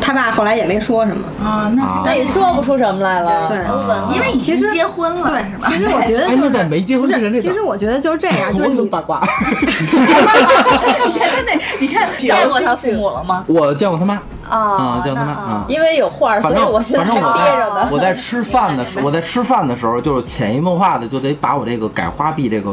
他爸后来也没说什么。
啊，
啊
那
那也说不出什么来了。
对
欧文
因为已经
其实
结婚了，
对
是，吧
其实我觉 得
哎，
就
那在
是。
没结婚之前那
其实我觉得就是这样，就是
我怎么
你
八卦？
你看那，你看，
见过他父母了吗？
我见过他妈
啊
啊，见过他妈
那
啊。
因为有画儿，所
反
以
正
我现在
反
还
正我
憋着呢
在。我在吃饭的时候，我在吃饭的时候，就是潜移默化的就得把我这个改花臂这个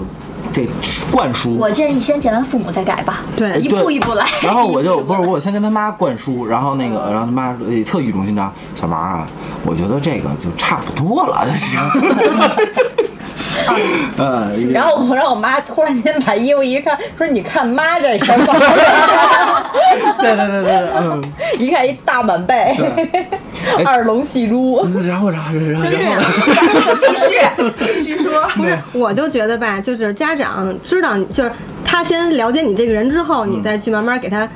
这灌输。
我建议先见完父母再改吧，
哎
对
一步一步来。
然后我就
一
不
步一
是
步来
我先跟他妈灌输，然后那个然后他妈说哎特语重心长，小王啊，我觉得这个就差不多了就行。 嗯，
然后我让我妈突然间把衣服一看，说你看妈这身高，
对对对对，嗯，
一看一大满背， 二龙戏珠。
然后然后然后
就这
然
样
后。哎
继续继续说，
不是，我就觉得吧，就是家长知道你，就是他先了解你这个人之后，你再去慢慢给他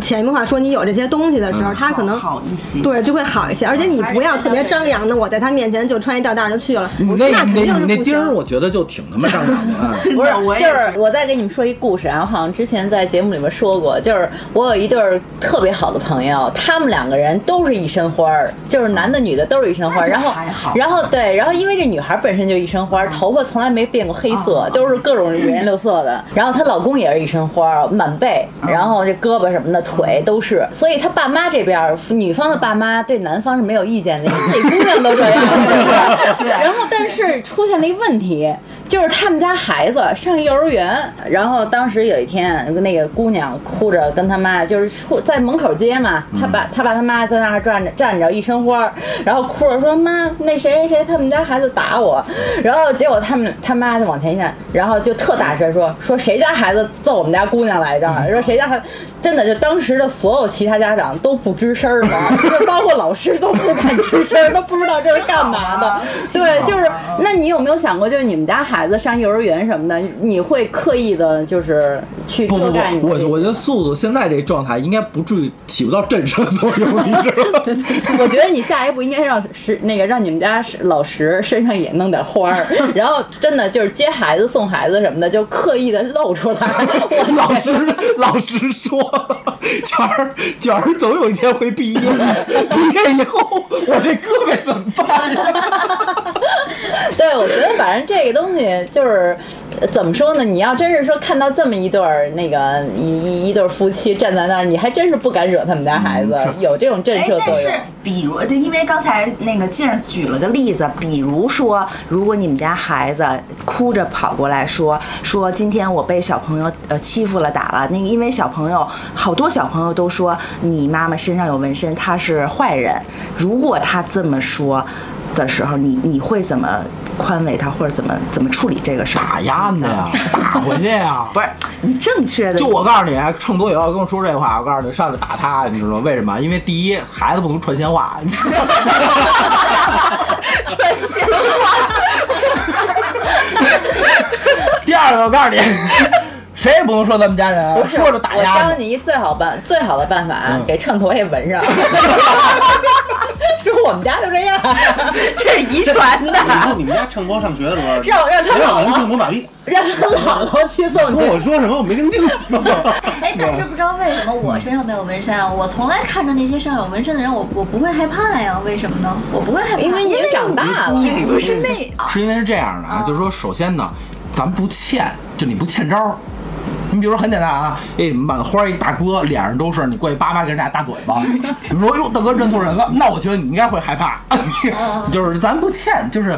潜移默化说你有这些东西的
嗯
时候，他可能
好一些。
对就会好一些。而且你不要特别张扬的，我在他面前就穿一吊带儿就去了，
你嗯那
肯
你
定是
那
不
钉儿，
行。啊
我觉得就挺他妈上场的。嗯
不
不是，
我也
就是我再给你们说一故事啊，我好像之前在节目里面说过，就是我有一对儿特别好的朋友，他们两个人都是一身花儿，就是男的女的都是一身花儿，
那就
然后
还好嗯
然后对，然后因为这女孩本身就一身花儿，头发从来没变过黑色，
啊
都是各种五颜六色的，然后她老公也是一身花儿，满背，
啊
然后这胳膊什么的腿都是，所以她爸妈这边儿女方的爸妈对男方是没有意见的，因为自己姑娘都这 样，对吧？然后但是出现了一问题。就是他们家孩子上幼儿园，然后当时有一天，那个姑娘哭着跟他妈，就是出在门口接嘛，他爸他爸他妈在那儿站着站着一身花儿，然后哭着说妈，那谁谁谁他们家孩子打我，然后结果他们他妈就往前一站，然后就特大声说说谁家孩子揍我们家姑娘来着，
嗯
说谁家孩子真的就当时的所有其他家长都不吱声儿了， 就包括老师都不敢吱声儿，都不知道这是干嘛
啊
的，对，就是那你有没有想过，就是你们家孩子上幼儿园什么的，你会刻意的，就是去
不不
遮
不
盖你，
我
这些
我觉得速度现在这状态应该不至于起不到震慑作用，你知道吗？
我觉得你下一步应该让是那个让你们家老石身上也弄点花 儿，然后真的就是接孩子送孩子什么的，就刻意的露出来。 我
老实老实说， 卷儿卷儿总有一天会毕业，毕业以后我这胳膊怎么办呀？
对，我觉得反正这个东西就是呃怎么说呢？你要真是说看到这么一对儿那个一一一对儿夫妻站在那儿，你还真是不敢惹他们家孩子，有这种震
哎
慑，
但
作
是
用。
比如，对因为刚才那个静儿举了个例子，比如说，如果你们家孩子哭着跑过来说说今天我被小朋友呃欺负了打了，那个因为小朋友好多小朋友都说你妈妈身上有纹身，她是坏人。如果他这么说的时候，你你会怎么宽慰他，或者怎么怎么处理这个事儿？
打丫的呀， 打回去呀！
不是你正确的，
就我告诉你，秤砣也要跟我说这话，我告诉你，上去打他，你知道吗？为什么？因为第一，孩子不能传闲话， 你知道吗
传闲
第二个，我告诉你，谁也不能说咱们家人，说着打
我
压
教
的。
你一最好办最好的办法啊，给秤砣也纹上。 说我们家就这 样，
这是遗传的。
以后你们家秤砣上学的时候，
让让他啊
谁让
姥
咱
姥
们正马屁？
让他姥姥去送
跟
去。
我说什么我没听清楚。
哎，但是不知道为什么我身上没有纹身啊！我从来看着那些上有纹身的人，我我不会害怕呀，为什么呢？我不会害怕，
因为你长大了，
你不是那
是因为是这样的啊，就是说，首先呢，咱不欠，就你不欠招儿。你比如说很简单啊，哎，满花一大哥，脸上都是，你过去叭叭给人家一大嘴 巴，你说哟，大哥认错人了，那我觉得你应该会害怕，
嗯
就是咱不欠，就是。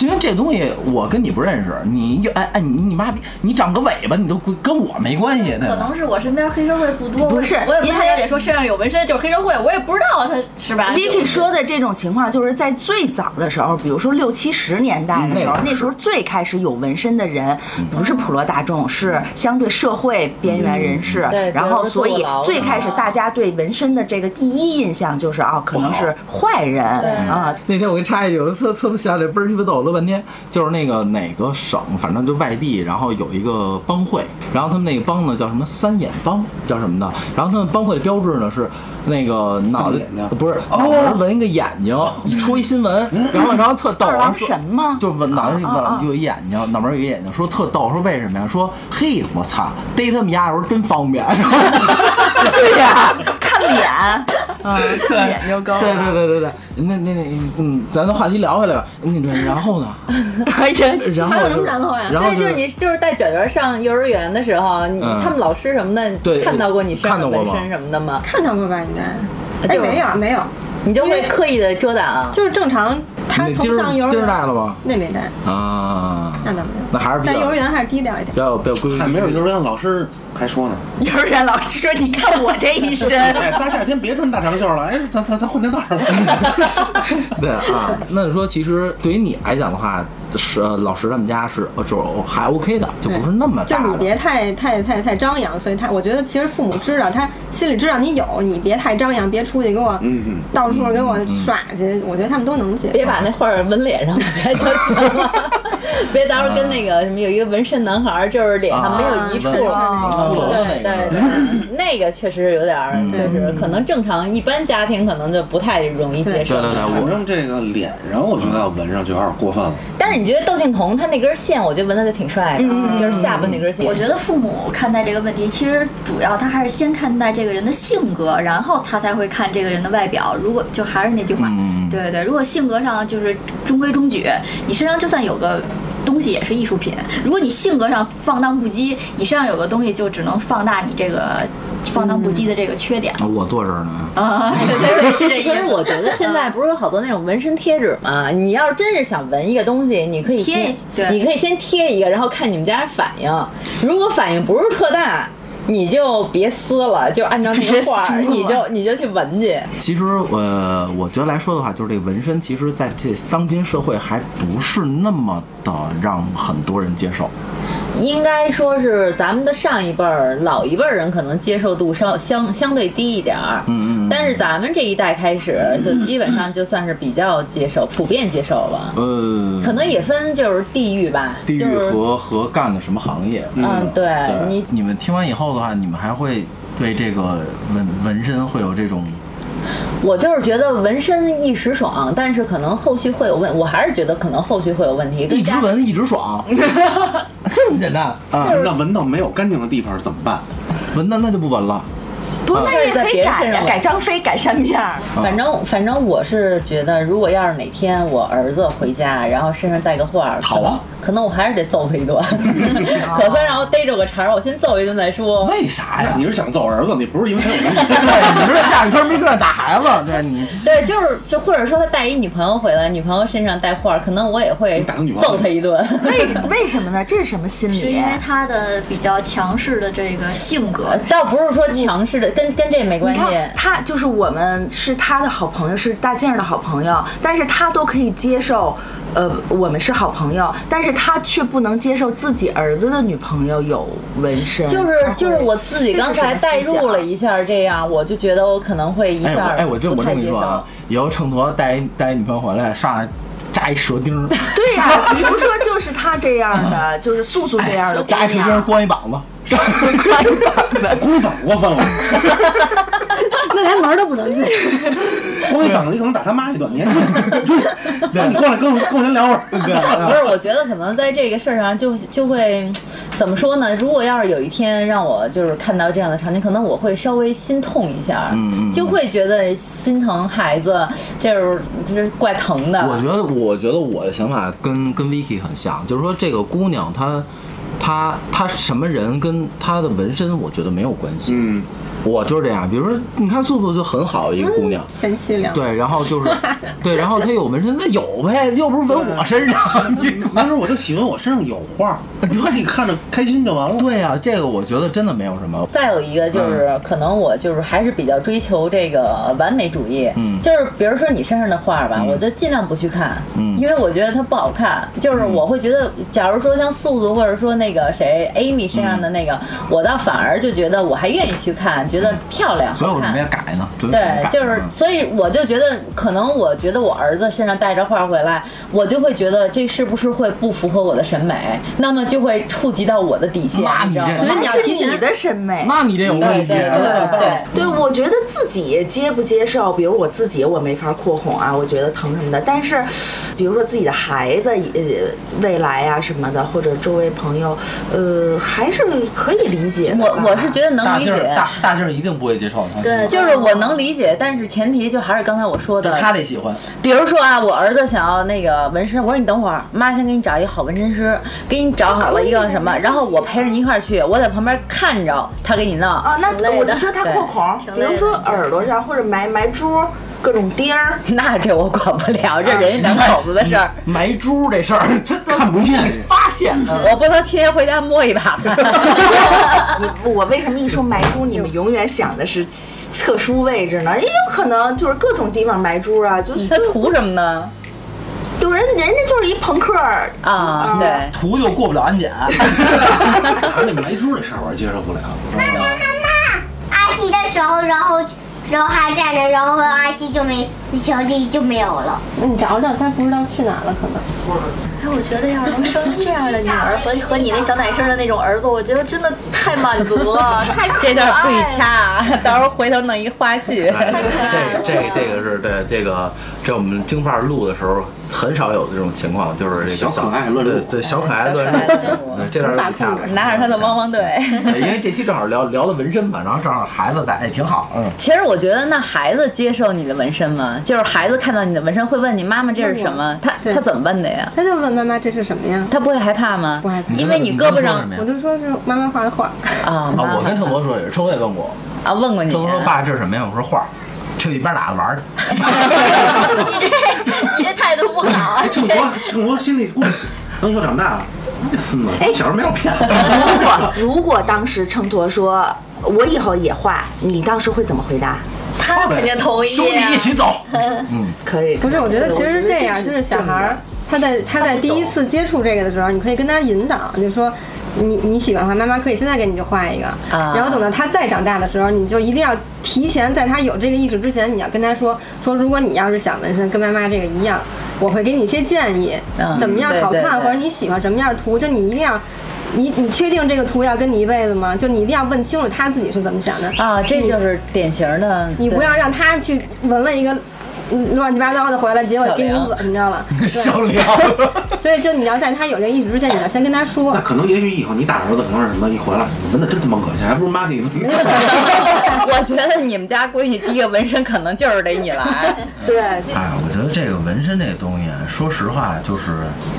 因为这东西我跟你不认识，你哎哎你你妈逼，你长个尾巴你都跟我没关系，对
可
吧
能？是我身边黑社会不多，
不
我也
是
我也不
因
太
为
了解说身上有纹身就是黑社会，我也不知道他是
啊
吧
Vicky 说的这种情况，就是在最早的时候，比如说六七十年代的时
嗯
候，那时候最开始有纹身的人不是普罗大众，是相对社会边缘人士
嗯对。
然后，所
比如说坐
以
牢的啊
最开始大家对纹身的这个第一印象就是啊，可能是坏人啊，
那天我给插一句，我特特别想起来，倍儿鸡巴逗，乐半天。就是那个哪个省，反正就外地，然后有一个帮会，然后他们那个帮呢叫什么三眼帮，叫什么的。然后他们帮会的标志呢是那个脑袋
三个眼睛哦嗯
不是脑门纹一个眼睛，出一新闻，然后然后特逗，
二
然后
郎
说
神吗？
就是纹脑袋
啊啊啊
有有一眼睛，脑门有一眼睛，说特逗，说为什么呀？说嘿，我操，逮他们家的时候真方便。 对呀。
看脸，
啊
嗯，看脸就够了。
对对对对对，那那那嗯，咱的话题聊回来吧。嗯，然后呢？
还真
然后
还有什
就
么然后呀
然后
对，就是你就是带卷卷上幼儿园的时候，你
嗯
他们老师什么的
对
看到过你身上的
看到过吗
纹身什么的吗？
看上过吧，应该。哎，
就是
没有没有，
你就
因
会
为
刻意的遮挡啊。
就是正常。他
你
从
钉儿
上幼儿
钉儿
园
带了吗？
那没带，
啊，
那倒没有。
那还是比
在幼儿
较
园还是低调一点
比。较比较规矩。
还没有幼儿园老师还说呢，
幼儿园老师说：“你看我这一身，
哦
哎，大夏天别穿大长袖了，哎，咱咱咱换件道 儿吧。
对啊，那你说其实对于你来讲的话，是呃老石他们家是呃就还 OK 的，就不是那么
就
大
是你
的。
别太太太太张扬，所以他我觉得其实父母知道，他心里知道你有，你别太张扬，别出去给我
嗯嗯
到处给我耍去，我觉得他们都能接 受。
别把那画儿纹脸上，我觉得就行 了。别到时候跟那个什么有一个纹身男孩儿，就是脸上没有一处，
啊
哦
对对对，那个确实有点儿，
嗯
就是可能正常一般家庭可能就不太容易接
对
受。
对对，
反
我
正这个脸上，我觉得要纹上就有点过分了。
但是你觉得窦靖童他那根线，我觉得纹的就挺帅
嗯
的，就是下巴那根线。
我觉得父母看待这个问题，其实主要他还是先看待这个人的性格，然后他才会看这个人的外表。如果就还是那句话，
嗯嗯嗯
对对对，如果性格上就是中规中矩，你身上就算有个。东西也是艺术品。如果你性格上放荡不羁，你身上有个东西就只能放大你这个放荡不羁的这个缺点
我坐这儿呢。
啊。对 对对，是这意思。
其实我觉得现在不是有好多那种纹身贴纸吗？啊你要是真是想纹一个东西，你可以先
贴一对
你可以先贴一个，然后看你们家人反应。如果反应不是特大，你就别撕了，就按照那个画儿，
别撕了
你就你就去纹去。
其实呃，我觉得来说的话，就是这个纹身，其实在这当今社会还不是那么的让很多人接受。
应该说是咱们的上一辈儿、老一辈儿人可能接受度稍相相对低一点儿，
嗯嗯嗯
但是咱们这一代开始，就基本上就算是比较接受、普遍接受了。
呃，
可能也分就是地域吧，
地域
就是
和和干的什么行业。
嗯，对
对，
你
你们听完以后的话，你们还会对这个纹纹身会有这种
我就是觉得纹身一时爽，但是可能后续会有问，我还是觉得可能后续会有问题。
一
跟
直
家
纹一直 爽，这么简单啊？
嗯
那纹到没有干净的地方怎么办？
纹那那就不纹了。
不，那也可以
在别
改
人身
呀，
上
改张飞，改扇 面儿。
啊
反正反正我是觉得，如果要是哪天我儿子回家，然后身上带个画儿，
好啊
可能，可能我还是得揍他一顿， 可算让我逮着个茬儿，我先揍一顿再说。
啊为
哎
啥呀？
你是想揍儿子，你不是因为他有纹身。
对，你是下一圈没个打孩子，对你
对，就是就或者说他带一女朋友回来，女朋友身上带画儿，可能我也会
你打他女朋友
揍他一顿。
为为什么呢？这是什么心
是
理啊
因？为他的比较强势的这个 性格，
倒不是说强势的，跟跟这没关
你
系。
看，他就是我们是他的好朋友，是大静儿的好朋友，但是他都可以接受，呃，我们是好朋友，但是他却不能接受自己儿子的女朋友有纹
嗯
身。
就是
他会
就是我自己刚才代入了一下，这样我就觉得我可能会一
哎我
下儿
哎我这
不
我
太
这么一
接
说啊
受。，
以后秤砣带一带一女朋友回来，上来扎一蛇钉儿，
对呀、比如说就是他这样的，就是素素这样的姑
扎
哎
一蛇钉儿
娘，
光一膀子， 扎一蛇钉 儿光一膀子。
光一膀过分了，
那连门都不 能进。
光一膀子你可能打他妈一顿，你还对，你过来跟我跟我先聊会儿。
不是，我觉得可能在这个事儿上就就会怎么说呢？如果要是有一天让我就是看到这样的场景，可能我会稍微心痛一下，
嗯嗯
就会觉得心疼孩子，这是这是怪疼 的。
我觉得，我觉得我的想法跟跟 Vicky 很像，就是说这个姑娘她，她她什么人跟她的纹身，我觉得没有关系。
嗯，
我就是这样，比如说你看素素就很好一个姑娘，
贤妻
嗯
良母
对，然后就是对，然后她有纹身，那有呗，又不是纹我身上。
那时候我就喜欢我身上有画，对，你看着开心就完了。
对呀、啊这个我觉得真的没有什么。
再有一个就是，
嗯
可能我就是还是比较追求这个完美主义，
嗯
就是比如说你身上的画儿吧，我就尽量不去看，
嗯
因为我觉得它不好看。就是我会觉得，假如说像素素或者说那个谁 Amy 身上的那
嗯
个，我倒反而就觉得我还愿意去看，觉得漂亮，
所以
好
我准备
看。
改呢，准备
对
改，
就是
嗯，
所以我就觉得，可能我觉得我儿子身上带着画回来，我就会觉得这是不是会不符合我的审美，那么就会触及到我的底线，
那你
知道
这
吗
所以你要
是
提前
你的审美。
那你这有问
对
题。
对对对。
对，我觉得自己接不接受，比如我自己我没法扩孔啊，我觉得疼什么的。但是，比如说自己的孩子，呃，未来啊什么的，或者周围朋友，呃，还是可以理解的吧。
我我是觉得能
大
理
劲儿
解，
大大劲儿一定不会接受，放心吧。
就是我能理解，但是前提就还是刚才我说的，
他得喜欢。
比如说啊，我儿子想要那个纹身，我说你等会儿，妈先给你找一好纹身师，给你找好了一个什么，然后我陪着你一块儿去，我在旁边看着他给你弄。
啊，那
挺累的
我就说他扩孔，
挺啊
比
累的
如说耳朵上或者埋埋珠，各种钉儿，
那这我管不了，这人 家两口子的事儿，
埋珠这事儿，他
看不见
发现的。
我不能天天回家摸一把吧？
啊
你我为什么一说埋珠，你们永远想的是特殊位置呢？也有可能就是各种地方埋珠啊，就是
他图什么呢？
有人人家就是一朋克儿
啊，对，
图就过不了安 检，
拿那埋珠这事儿我是接受不了。
啊
阿七的时候，然后然后他站着，然后阿七就没小丽就没有了。
你找找，他不知道去哪儿了，可能。
哎，我觉得要是能生这样的女儿和和你那小奶生的那种儿子，我觉得真的太满足 了，太可
这
爱了。
段不许掐啊，到时候回头弄一花絮。
哎 这这这个是对这个这我们京范儿录的时候很少有的这种情况，就是这个
小可爱乱入
对对小可爱乱入
小可爱乱入，
对这段儿不掐了，
拿着他的 汪汪队。
对，哎因为这期正好聊聊的纹身嘛，然后正好孩子在，哎，挺好，嗯，
其实我觉得，那孩子接受你的纹身吗？就是孩子看到你的纹身会问你妈妈这是什么？他
对
他怎么问的呀？
他就问妈妈这是什么呀？
他不会害怕吗？
不害怕
因为你胳膊上
你
我
刚说什么呀
就说是妈妈画的画。
啊，妈
啊，我跟郑博说也是，郑博也问过我，
啊问过你
郑。博说爸这是什么呀？我说画儿，去一边打着玩儿去。
你这你这态度不好啊
哎，！郑国，郑国心里过去，等以后长大了，这孙子
哎
小时候没少 骗。
如果如果当时秤砣说我以后也画，你当时会怎么回答？
他肯定同意
啊
兄弟一起 走，
可以，
不是，我觉得其实是这样，就是小孩儿他在他在第一次接触这个的时候，你可以跟他引导，你就说。你你喜欢画，妈妈可以现在给你就画一个，
啊
然后等到他再长大的时候，你就一定要提前在他有这个意识之前，你要跟他说说，如果你要是想纹身，跟妈妈这个一样，我会给你一些建议，
嗯
怎么样好
对对对
看，或者你喜欢什么样的图，就你一定要，你你确定这个图要跟你一辈子吗？就你一定要问清楚他自己是怎么想的
啊，这就是典型的。
你不
对
要让他去纹了一个嗯乱七八糟的回来，结果给你恶心着了。对，
小梁，
所以就你要在他有这个意识之前，你要先跟他说
那。可能也许以后你打儿子可能是什么，一回来你闻的真他妈恶心，还不如妈给你 闻。
啊我觉得你们家闺女第一个纹身可能就是得你 来，
对，
哎，我觉得这个纹身这个东西，啊说实话，就是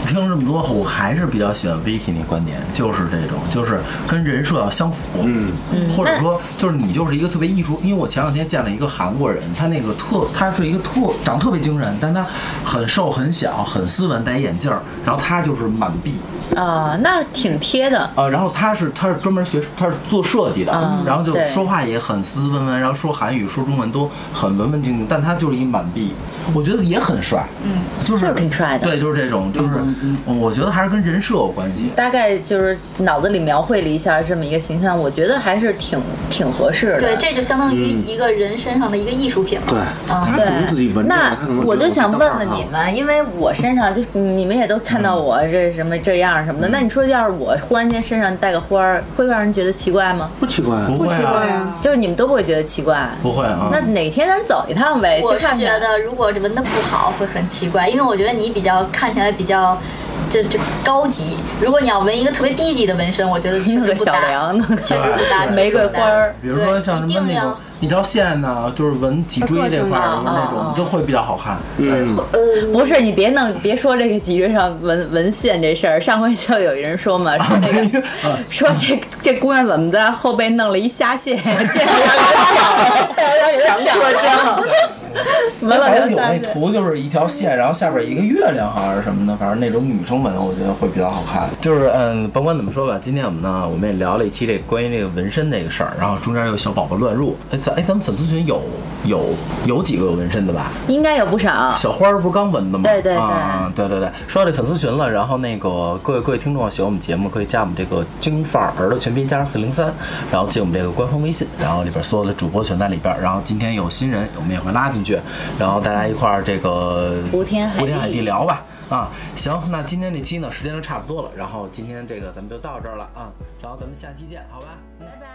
听了这么多后，我还是比较喜欢 Vicky 那观点，就是这种，就是跟人设要相符，
嗯，
或者说就是你就是一个特别艺术，因为我前两天见了一个韩国人，他那个特，他是一个特长得特别精神，但他很瘦很小，很斯文，戴一眼镜儿，然后他就是满臂，
啊，那挺贴的。
呃，然后他是他是专门学他是做设计的，
嗯
然后就
对
说话也很斯斯文文，然后说韩语说中文都很文文静静，但他就是一满臂，我觉得也很帅，嗯，就是
就是挺帅的嗯
对，就是这种，就是、嗯我觉得还是跟人设有关系。
大概就是脑子里描绘了一下这么一个形象，我觉得还是挺挺合适的。
对，这就相当于一个人身上的一个艺术品了。
对，
啊
他可能自己闻着，
那
他可能
我
觉
就
得
想
当
问
儿
问
啊
你们，因为我身上就你们也都看
嗯
到我这什么这样什么的，那你说要是我忽然间身上带个花儿，会让人觉得奇怪吗？
不奇怪啊。
不会
是吧
啊，
嗯
就是你们都不会觉得奇怪。
不会
嗯
啊，
那哪天咱走一趟呗，
我
去
是
看
觉
看。
得，如果纹的不好会很奇怪，因为我觉得你比较看起来比较就就高级。如果你要纹一个特别低级的纹身，我觉得确实
弄
不
个
搭
小梁，弄
确实
个
不搭。确实不搭
玫瑰花儿，
比如说像什
对一
么
定
那
要
种一条线呐，就是纹脊椎这块儿
啊
那
啊啊
种，就会比较好看。
嗯，
不是你别弄，别说这个脊椎上纹纹线这事儿。上回就有人说
啊
嘛，说
哎
这个，说这这姑娘怎么在后背弄了一虾线， 见强迫症， 纹了
好像
两
哎有那
下线。
图就是一条线，然后下边一个月亮好像是什么的，反正那种女生纹，我觉得会比较好看。就是嗯，甭管怎么说吧，今天我们呢，我们也聊了一期这个关于这个纹身这个事儿，然后中间有小宝宝乱入。哎，咱哎咱们粉丝群有有有几个有纹身的吧？
应该有不少。
小花儿不是刚纹的吗？
啊对对对
啊对对对。说到这粉丝群了，然后那个各位各位听众喜欢我们节目，可以加我们这个京范儿儿的全拼加上四零三，然后进我们这个官方微信，然后里边所有的主播全在里边儿。然后今天有新人，我们也会拉进去，然后大家一块儿这个
胡天海地
胡天海地聊吧。啊，行，那今天这期呢，时间就差不多了，然后今天这个咱们就到这儿了啊，然后咱们下期见，好吧？
拜拜。